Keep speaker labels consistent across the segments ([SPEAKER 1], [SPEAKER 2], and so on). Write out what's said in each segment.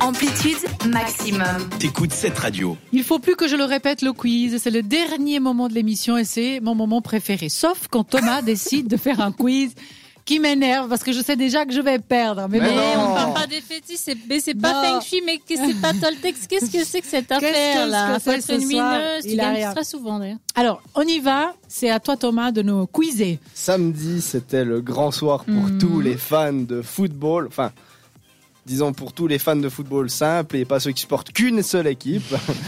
[SPEAKER 1] Amplitude maximum.
[SPEAKER 2] T'écoutes cette radio.
[SPEAKER 3] Il faut plus que je le répète, le quiz, c'est le dernier moment de l'émission et c'est mon moment préféré. Sauf quand Thomas décide de faire un quiz qui m'énerve parce que je sais déjà que je vais perdre. Mais,
[SPEAKER 4] Mais
[SPEAKER 3] bon,
[SPEAKER 4] on parle pas des fétiches, c'est- mais c'est pas
[SPEAKER 3] Non.
[SPEAKER 4] Feng Shui, mais que- c'est pas Toltex. Qu'est-ce que c'est que cette affaire
[SPEAKER 3] que
[SPEAKER 4] là
[SPEAKER 3] c'est
[SPEAKER 4] Faut être
[SPEAKER 3] ce
[SPEAKER 4] une
[SPEAKER 3] soir
[SPEAKER 4] mineuse, tu
[SPEAKER 3] Il a
[SPEAKER 4] gagnes
[SPEAKER 3] rien.
[SPEAKER 4] très souvent d'ailleurs.
[SPEAKER 3] Alors, on y va. C'est à toi, Thomas, de nous quizer.
[SPEAKER 5] Samedi, c'était le grand soir pour
[SPEAKER 3] Mhm.
[SPEAKER 5] tous les fans de football. Enfin, disons pour tous les fans de football simple et pas ceux qui supportent qu'une seule équipe.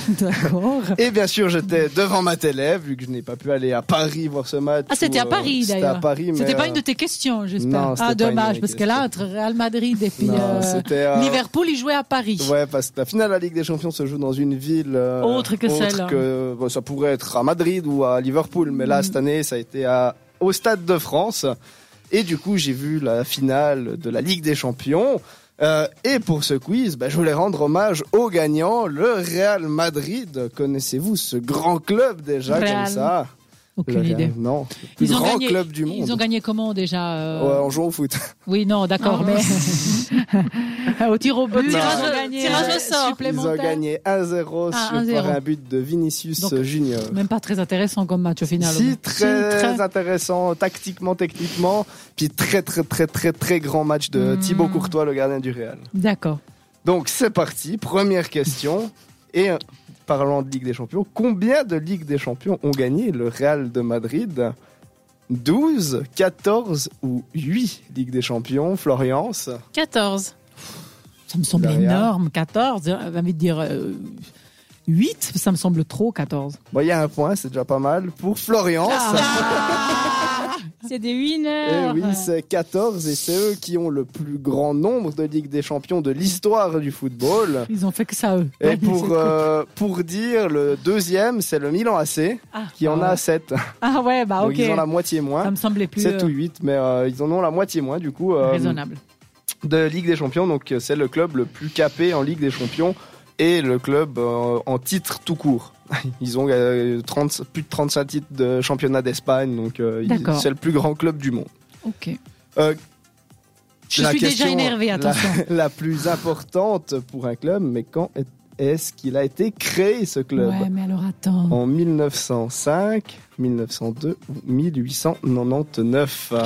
[SPEAKER 3] D'accord.
[SPEAKER 5] Et bien sûr, j'étais devant ma télé, vu que je n'ai pas pu aller à Paris voir ce match.
[SPEAKER 3] Ah, c'était
[SPEAKER 5] ou, euh,
[SPEAKER 3] à Paris,
[SPEAKER 5] C'était
[SPEAKER 3] d'ailleurs.
[SPEAKER 5] à Paris, mais.
[SPEAKER 3] C'était pas une de
[SPEAKER 5] euh,
[SPEAKER 3] tes questions, j'espère.
[SPEAKER 5] non, c'était
[SPEAKER 3] Ah,
[SPEAKER 5] pas une de mes
[SPEAKER 3] dommage, parce que là, entre
[SPEAKER 5] questions.
[SPEAKER 3] Real Madrid et puis
[SPEAKER 5] non,
[SPEAKER 3] euh,
[SPEAKER 5] c'était, euh,
[SPEAKER 3] Liverpool, ils jouaient à Paris.
[SPEAKER 5] Ouais, parce que la finale de la Ligue des Champions se joue dans une ville euh,
[SPEAKER 3] Autre que celle.
[SPEAKER 5] que- bon, ça pourrait être à Madrid ou à Liverpool, mais là
[SPEAKER 3] Mm.
[SPEAKER 5] cette année, ça a été à, au Stade de France. Et du coup, j'ai vu la finale de la Ligue des Champions. Euh, et pour ce quiz, bah, je voulais rendre hommage au gagnant, le Real Madrid. Connaissez-vous ce grand club déjà
[SPEAKER 3] Real.
[SPEAKER 5] comme ça Le
[SPEAKER 3] Aucune
[SPEAKER 5] Real,
[SPEAKER 3] idée.
[SPEAKER 5] Non, le plus grand
[SPEAKER 3] gagné,
[SPEAKER 5] club du
[SPEAKER 3] Ils ont
[SPEAKER 5] monde.
[SPEAKER 3] gagné comment déjà euh,
[SPEAKER 5] Ouais, en jouant au foot.
[SPEAKER 3] Oui, non, d'accord,
[SPEAKER 4] Non.
[SPEAKER 3] mais au tir au but,
[SPEAKER 5] tirage
[SPEAKER 3] ils
[SPEAKER 4] au-
[SPEAKER 3] ont gagné,
[SPEAKER 4] tirage au
[SPEAKER 3] euh,
[SPEAKER 4] sort.
[SPEAKER 5] Ils ont
[SPEAKER 3] supplémentaire.
[SPEAKER 5] gagné 1-0
[SPEAKER 3] Ah,
[SPEAKER 5] sur-
[SPEAKER 3] 1-0.
[SPEAKER 5] par un but de Vinicius
[SPEAKER 3] Donc,
[SPEAKER 5] Junior.
[SPEAKER 3] Même pas très intéressant comme match au final.
[SPEAKER 5] Si,
[SPEAKER 3] Si,
[SPEAKER 5] très, intéressant tactiquement, techniquement. Puis très, très, très, très, très grand match de
[SPEAKER 3] Hmm.
[SPEAKER 5] Thibaut Courtois, le gardien du Real.
[SPEAKER 3] D'accord.
[SPEAKER 5] Donc c'est parti, première question. Et euh, parlant de Ligue des Champions, combien de Ligue des Champions ont gagné le Real de Madrid 12, 14 ou 8 Ligue des Champions, Florence
[SPEAKER 4] 14.
[SPEAKER 3] Ça me semble
[SPEAKER 5] Derrière.
[SPEAKER 3] énorme, 14. J'ai envie de dire 8, ça me semble trop, 14.
[SPEAKER 5] Bon, il y a un point, c'est déjà pas mal. Pour Florence, Ah.
[SPEAKER 4] C'est des
[SPEAKER 5] Eh
[SPEAKER 4] winners.
[SPEAKER 5] oui, c'est 14 et c'est eux qui ont le plus grand nombre de Ligue des Champions de l'histoire du football.
[SPEAKER 3] Ils ont fait que ça, eux.
[SPEAKER 5] Et
[SPEAKER 3] C'est
[SPEAKER 5] pour,
[SPEAKER 3] trop.
[SPEAKER 5] euh, pour dire, le deuxième, c'est le Milan AC,
[SPEAKER 3] ah,
[SPEAKER 5] qui en a
[SPEAKER 3] ouais.
[SPEAKER 5] 7.
[SPEAKER 3] Ah ouais, bah
[SPEAKER 5] Donc
[SPEAKER 3] ok.
[SPEAKER 5] ils ont la moitié
[SPEAKER 3] Ça
[SPEAKER 5] moins.
[SPEAKER 3] me semblait plus
[SPEAKER 5] 7 ou
[SPEAKER 3] euh,
[SPEAKER 5] 8, mais euh, ils en ont la moitié moins, du coup, euh,
[SPEAKER 3] raisonnable.
[SPEAKER 5] de Ligue des Champions. Donc euh, c'est le club le plus capé en Ligue des Champions et le club euh, en titre tout court. Ils ont euh, 30 plus de 35 titres de championnat d'Espagne, donc euh, ils-
[SPEAKER 3] D'accord.
[SPEAKER 5] c'est le plus grand club du monde.
[SPEAKER 3] Ok.
[SPEAKER 5] Euh,
[SPEAKER 3] Je
[SPEAKER 5] la
[SPEAKER 3] suis déjà
[SPEAKER 5] question-
[SPEAKER 3] énervé,
[SPEAKER 5] la-
[SPEAKER 3] attention.
[SPEAKER 5] La plus importante pour un club, mais quand est- est-ce qu'il a été créé ce club
[SPEAKER 3] Ouais, mais alors attends.
[SPEAKER 5] En 1905, 1902 ou 1899, euh,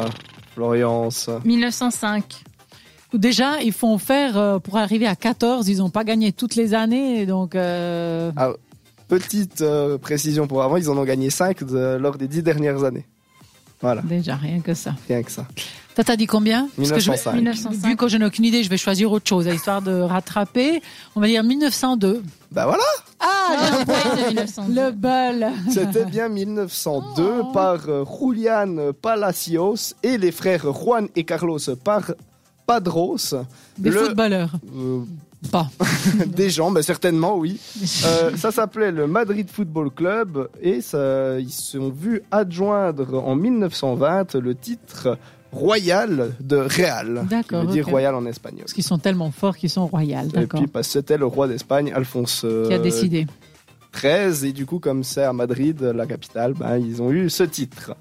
[SPEAKER 5] Florence.
[SPEAKER 4] 1905.
[SPEAKER 3] Déjà, ils font faire euh, pour arriver à 14. Ils n'ont pas gagné toutes les années, donc. euh,
[SPEAKER 5] Petite euh, précision pour avant, ils en ont gagné 5 lors des 10 dernières années. Voilà,
[SPEAKER 3] Déjà, rien que ça.
[SPEAKER 5] rien que ça.
[SPEAKER 3] Toi, t'as dit combien Parce que je vais-
[SPEAKER 5] 1905.
[SPEAKER 4] 1905.
[SPEAKER 3] Vu que je n'ai aucune idée, je vais choisir autre chose, histoire de rattraper. On va dire 1902.
[SPEAKER 5] Bah voilà,
[SPEAKER 3] Ah,
[SPEAKER 4] Ah, ouais, de 1905.
[SPEAKER 3] le bol
[SPEAKER 5] c'était bien 1902 par euh, Julian Palacios et les frères Juan et Carlos par Padros. Euh,
[SPEAKER 3] des
[SPEAKER 5] Le-
[SPEAKER 3] footballeurs.
[SPEAKER 5] Euh,
[SPEAKER 3] Pas.
[SPEAKER 5] Des gens, bah certainement, oui. Euh, ça s'appelait le Madrid Football Club et ça, ils se sont vus adjoindre en 1920 le titre royal de Real. qui
[SPEAKER 3] D'accord,
[SPEAKER 5] veut dire
[SPEAKER 3] ok.
[SPEAKER 5] royal en espagnol.
[SPEAKER 3] Parce qu'ils sont tellement forts qu'ils sont royales,
[SPEAKER 5] Et
[SPEAKER 3] d'accord
[SPEAKER 5] puis parce que c'était le roi d'Espagne, Alphonse
[SPEAKER 3] Qui a
[SPEAKER 5] euh,
[SPEAKER 3] décidé.
[SPEAKER 5] 13, et du coup comme c'est à Madrid, la capitale, ben, ils ont eu ce titre.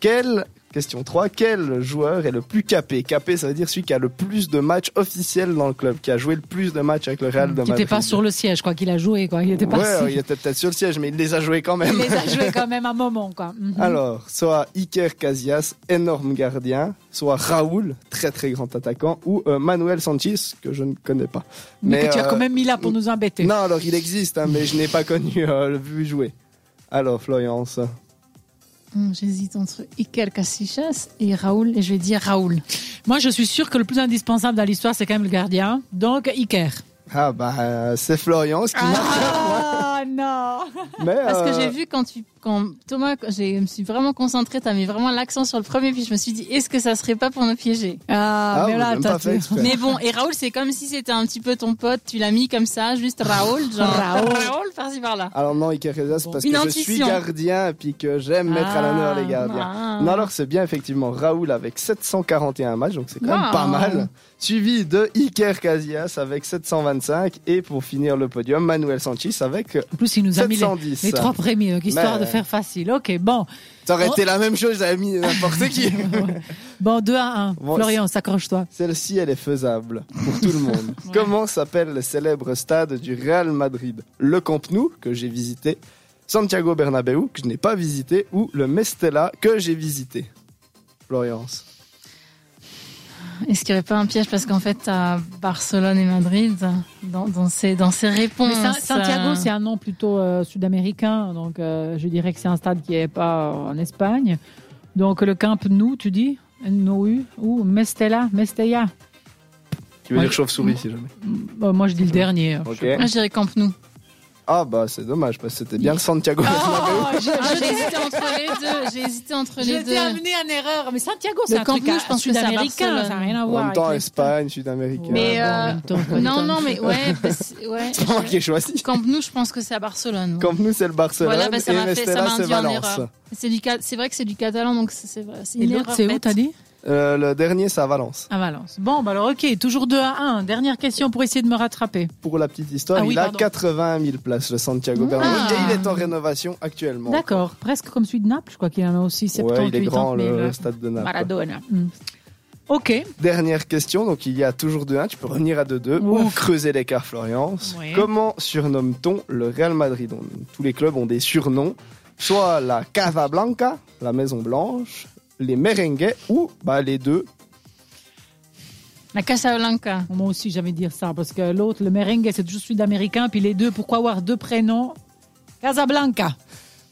[SPEAKER 5] Quel, question 3, quel joueur est le plus capé Capé, ça veut dire celui qui a le plus de matchs officiels dans le club, qui a joué le plus de matchs avec le Real de
[SPEAKER 3] Mmh, Qui
[SPEAKER 5] Madrid.
[SPEAKER 3] n'était pas sur le siège, quoi, qu'il a joué, quoi. Il n'était pas
[SPEAKER 5] Ouais,
[SPEAKER 3] assis.
[SPEAKER 5] il était peut-être sur le siège, mais il les a joués quand
[SPEAKER 3] Il
[SPEAKER 5] même.
[SPEAKER 3] les a joués quand même un moment, quoi. Mhm.
[SPEAKER 5] Alors, soit Iker Casillas, énorme gardien, soit Raoul, très très grand attaquant, ou euh, Manuel Sanchez, que je ne connais pas.
[SPEAKER 3] mais, que tu as
[SPEAKER 5] euh,
[SPEAKER 3] quand même mis là pour nous embêter.
[SPEAKER 5] Non, alors il existe, hein, mais je n'ai pas connu euh, le vu jouer. Alors, Florence,
[SPEAKER 4] Hum, J'hésite entre Iker Casillas et Raoul, et je vais dire Raoul.
[SPEAKER 3] Moi, je suis sûre que le plus indispensable dans l'histoire, c'est quand même le gardien. Donc, Iker.
[SPEAKER 5] ah bah euh, c'est Florence qui
[SPEAKER 3] Ah non
[SPEAKER 5] mais,
[SPEAKER 4] Parce que
[SPEAKER 5] euh,
[SPEAKER 4] j'ai vu quand, tu, quand Thomas, quand j'ai- je me suis vraiment concentrée, t'as mis vraiment l'accent sur le premier, puis je me suis dit, est-ce que ça serait pas pour nous piéger
[SPEAKER 3] Ah,
[SPEAKER 5] Ah,
[SPEAKER 3] mais
[SPEAKER 5] vous
[SPEAKER 3] là,
[SPEAKER 5] l'avez pas
[SPEAKER 3] t'as
[SPEAKER 5] fait exprès.
[SPEAKER 4] Mais bon, et Raoul, c'est comme si c'était un petit peu ton pote, tu l'as mis comme ça, juste Raoul, genre
[SPEAKER 3] Raoul.
[SPEAKER 4] Raoul, par-ci par-là.
[SPEAKER 5] Alors non, Iker Casillas, parce
[SPEAKER 4] Une
[SPEAKER 5] que je suis
[SPEAKER 4] intuition.
[SPEAKER 5] gardien et puis que j'aime mettre à
[SPEAKER 3] Ah,
[SPEAKER 5] l'honneur les gardiens.
[SPEAKER 4] Ah.
[SPEAKER 5] Non, alors c'est bien effectivement Raoul avec 741 matchs, donc c'est quand même
[SPEAKER 4] Wow.
[SPEAKER 5] pas mal. Suivi de Iker Casillas avec euh, 725 et pour finir le podium, Manuel Sanchez avec
[SPEAKER 3] En plus, il nous a mis les,
[SPEAKER 5] 710.
[SPEAKER 3] les trois premiers, donc histoire
[SPEAKER 5] Mais-
[SPEAKER 3] de faire facile. Ok, bon.
[SPEAKER 5] Ça aurait
[SPEAKER 3] Oh.
[SPEAKER 5] été la même chose, j'avais mis n'importe qui.
[SPEAKER 3] Bon, 2 à 1.
[SPEAKER 5] Bon,
[SPEAKER 3] Florian, s'accroche-toi.
[SPEAKER 5] Celle-ci, elle est faisable pour tout le monde.
[SPEAKER 4] Ouais.
[SPEAKER 5] Comment s'appelle le célèbre stade du Real Madrid Le Camp Nou, que j'ai visité, Santiago Bernabéu, que je n'ai pas visité, ou le Mestella, que j'ai visité Florence.
[SPEAKER 4] Est-ce qu'il n'y aurait pas un piège Parce qu'en fait, à Barcelone et Madrid, dans, dans, ces, dans ces réponses.
[SPEAKER 3] Mais Sa- Santiago,
[SPEAKER 4] euh,
[SPEAKER 3] c'est un nom plutôt euh, sud-américain, donc euh, je dirais que c'est un stade qui n'est pas euh, en Espagne. Donc le Camp Nou, tu dis Nou, ou Mestella, Mestella.
[SPEAKER 5] Tu veux
[SPEAKER 3] Ouais.
[SPEAKER 5] dire chauve-souris, si jamais.
[SPEAKER 3] Bon, moi, je dis le dernier.
[SPEAKER 5] Ok.
[SPEAKER 4] Moi, je dirais Camp Nou.
[SPEAKER 5] Ah bah c'est dommage, parce que c'était bien le Santiago Bernabéu.
[SPEAKER 4] Ah, j'ai hésité entre les deux. J'ai hésité entre les deux.
[SPEAKER 3] en erreur, mais Santiago,
[SPEAKER 4] c'est un truc à- sud-américain, ça
[SPEAKER 3] euh, ça
[SPEAKER 4] n'a
[SPEAKER 3] n'a rien à voir.
[SPEAKER 5] En même temps, Espagne, Sud-Américain.
[SPEAKER 4] Mais, euh,
[SPEAKER 3] non,
[SPEAKER 4] Non, non, mais ouais. parce- ouais
[SPEAKER 5] C'est pas moi qui ai
[SPEAKER 4] je-
[SPEAKER 5] choisi.
[SPEAKER 4] Camp Nou, je pense que c'est à Barcelone.
[SPEAKER 5] Camp Nou, c'est le Barcelone,
[SPEAKER 4] Voilà, bah, ça
[SPEAKER 5] et
[SPEAKER 4] m'a fait- ça
[SPEAKER 5] Mestella,
[SPEAKER 4] m'a
[SPEAKER 5] c'est
[SPEAKER 4] induit en
[SPEAKER 5] Valence.
[SPEAKER 4] erreur. C'est du ca- c'est vrai que c'est du catalan, donc c'est- c'est vrai. c'est
[SPEAKER 3] Et
[SPEAKER 4] une
[SPEAKER 3] l'autre,
[SPEAKER 4] erreur
[SPEAKER 3] c'est où,
[SPEAKER 4] bête.
[SPEAKER 3] t'as dit
[SPEAKER 5] Euh, le dernier, c'est à Valence.
[SPEAKER 3] À Valence. Bon, bah alors, ok, toujours 2 à 1. Dernière question pour essayer de me rattraper.
[SPEAKER 5] Pour la petite histoire,
[SPEAKER 3] Ah oui,
[SPEAKER 5] il a
[SPEAKER 3] pardon.
[SPEAKER 5] 80 000 places, le Santiago Bernabéu.
[SPEAKER 4] Ah.
[SPEAKER 5] Et il est en rénovation actuellement.
[SPEAKER 3] D'accord, presque comme celui de Naples, je crois qu'il en a aussi 78
[SPEAKER 5] Ouais, il est grand,
[SPEAKER 3] 80 000.
[SPEAKER 5] le stade de Naples.
[SPEAKER 3] Maradona. Mm. euh, Ok,
[SPEAKER 5] Dernière question, donc il y a toujours 2-1, tu peux revenir à 2-2 ou
[SPEAKER 3] Ouf.
[SPEAKER 5] creuser l'écart, Florience.
[SPEAKER 3] Ouais.
[SPEAKER 5] Comment surnomme-t-on le Real Madrid On- Tous les clubs ont des surnoms, soit la Casa Blanca, la Maison Blanche, les Merengues ou bah, les deux.
[SPEAKER 4] La Casablanca.
[SPEAKER 3] moi aussi jamais dire ça, parce que l'autre, le merengue, c'est toujours sud-américain, puis les deux, pourquoi avoir deux prénoms Casablanca.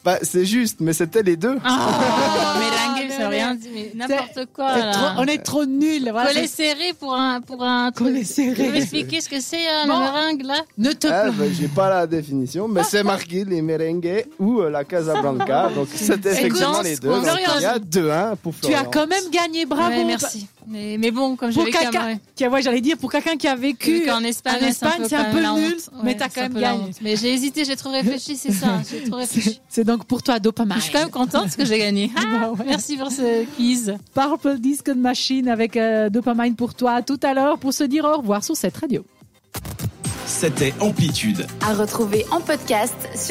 [SPEAKER 5] Bah, c'est juste, mais c'était les deux.
[SPEAKER 4] Ah,
[SPEAKER 3] mais
[SPEAKER 4] mélangue, ça veut
[SPEAKER 3] mais-
[SPEAKER 4] rien dire, mais n'importe quoi.
[SPEAKER 3] C'est
[SPEAKER 4] là.
[SPEAKER 3] trop- on est trop nuls. voilà,
[SPEAKER 4] Collet
[SPEAKER 3] c'est-
[SPEAKER 4] serré pour un, pour un truc.
[SPEAKER 3] Collet
[SPEAKER 4] Tu peux
[SPEAKER 3] serré.
[SPEAKER 4] m'expliquer ce que c'est, hein,
[SPEAKER 3] Bon.
[SPEAKER 4] la meringue, là
[SPEAKER 3] Ne te
[SPEAKER 5] Ah,
[SPEAKER 3] plains.
[SPEAKER 5] bah, j'ai pas la définition, mais c'est marqué les Merengues ou euh, la Casa Blanca. donc c'était
[SPEAKER 4] C'est
[SPEAKER 5] effectivement
[SPEAKER 4] dense,
[SPEAKER 5] les deux.
[SPEAKER 4] quoi.
[SPEAKER 5] Donc, il y a 2-1 pour
[SPEAKER 3] Tu
[SPEAKER 5] Florian.
[SPEAKER 3] as quand même gagné, bravo. Bah,
[SPEAKER 4] Ouais, merci. Mais, mais bon, comme
[SPEAKER 3] Pour
[SPEAKER 4] j'avais quand
[SPEAKER 3] quelqu'un,
[SPEAKER 4] même.
[SPEAKER 3] Tiens, ouais, j'allais dire pour quelqu'un qui a vécu
[SPEAKER 4] en Espagne,
[SPEAKER 3] en Espagne, c'est un
[SPEAKER 4] quand
[SPEAKER 3] peu
[SPEAKER 4] même la
[SPEAKER 3] nul,
[SPEAKER 4] honte.
[SPEAKER 3] mais
[SPEAKER 4] Ouais,
[SPEAKER 3] t'as
[SPEAKER 4] c'est
[SPEAKER 3] quand
[SPEAKER 4] un
[SPEAKER 3] même
[SPEAKER 4] peu la
[SPEAKER 3] gagné.
[SPEAKER 4] honte. Mais j'ai hésité, j'ai trop réfléchi, c'est ça. J'ai trop réfléchi.
[SPEAKER 3] C'est donc pour toi dopamine.
[SPEAKER 4] Ah, Je suis quand même contente parce que j'ai gagné.
[SPEAKER 3] Bah
[SPEAKER 4] Ah, Merci pour ce quiz.
[SPEAKER 3] Purple Disc Machine avec euh, dopamine pour toi. À Tout à l'heure pour se dire au revoir sur cette radio.
[SPEAKER 2] C'était Amplitude.
[SPEAKER 1] À retrouver en podcast sur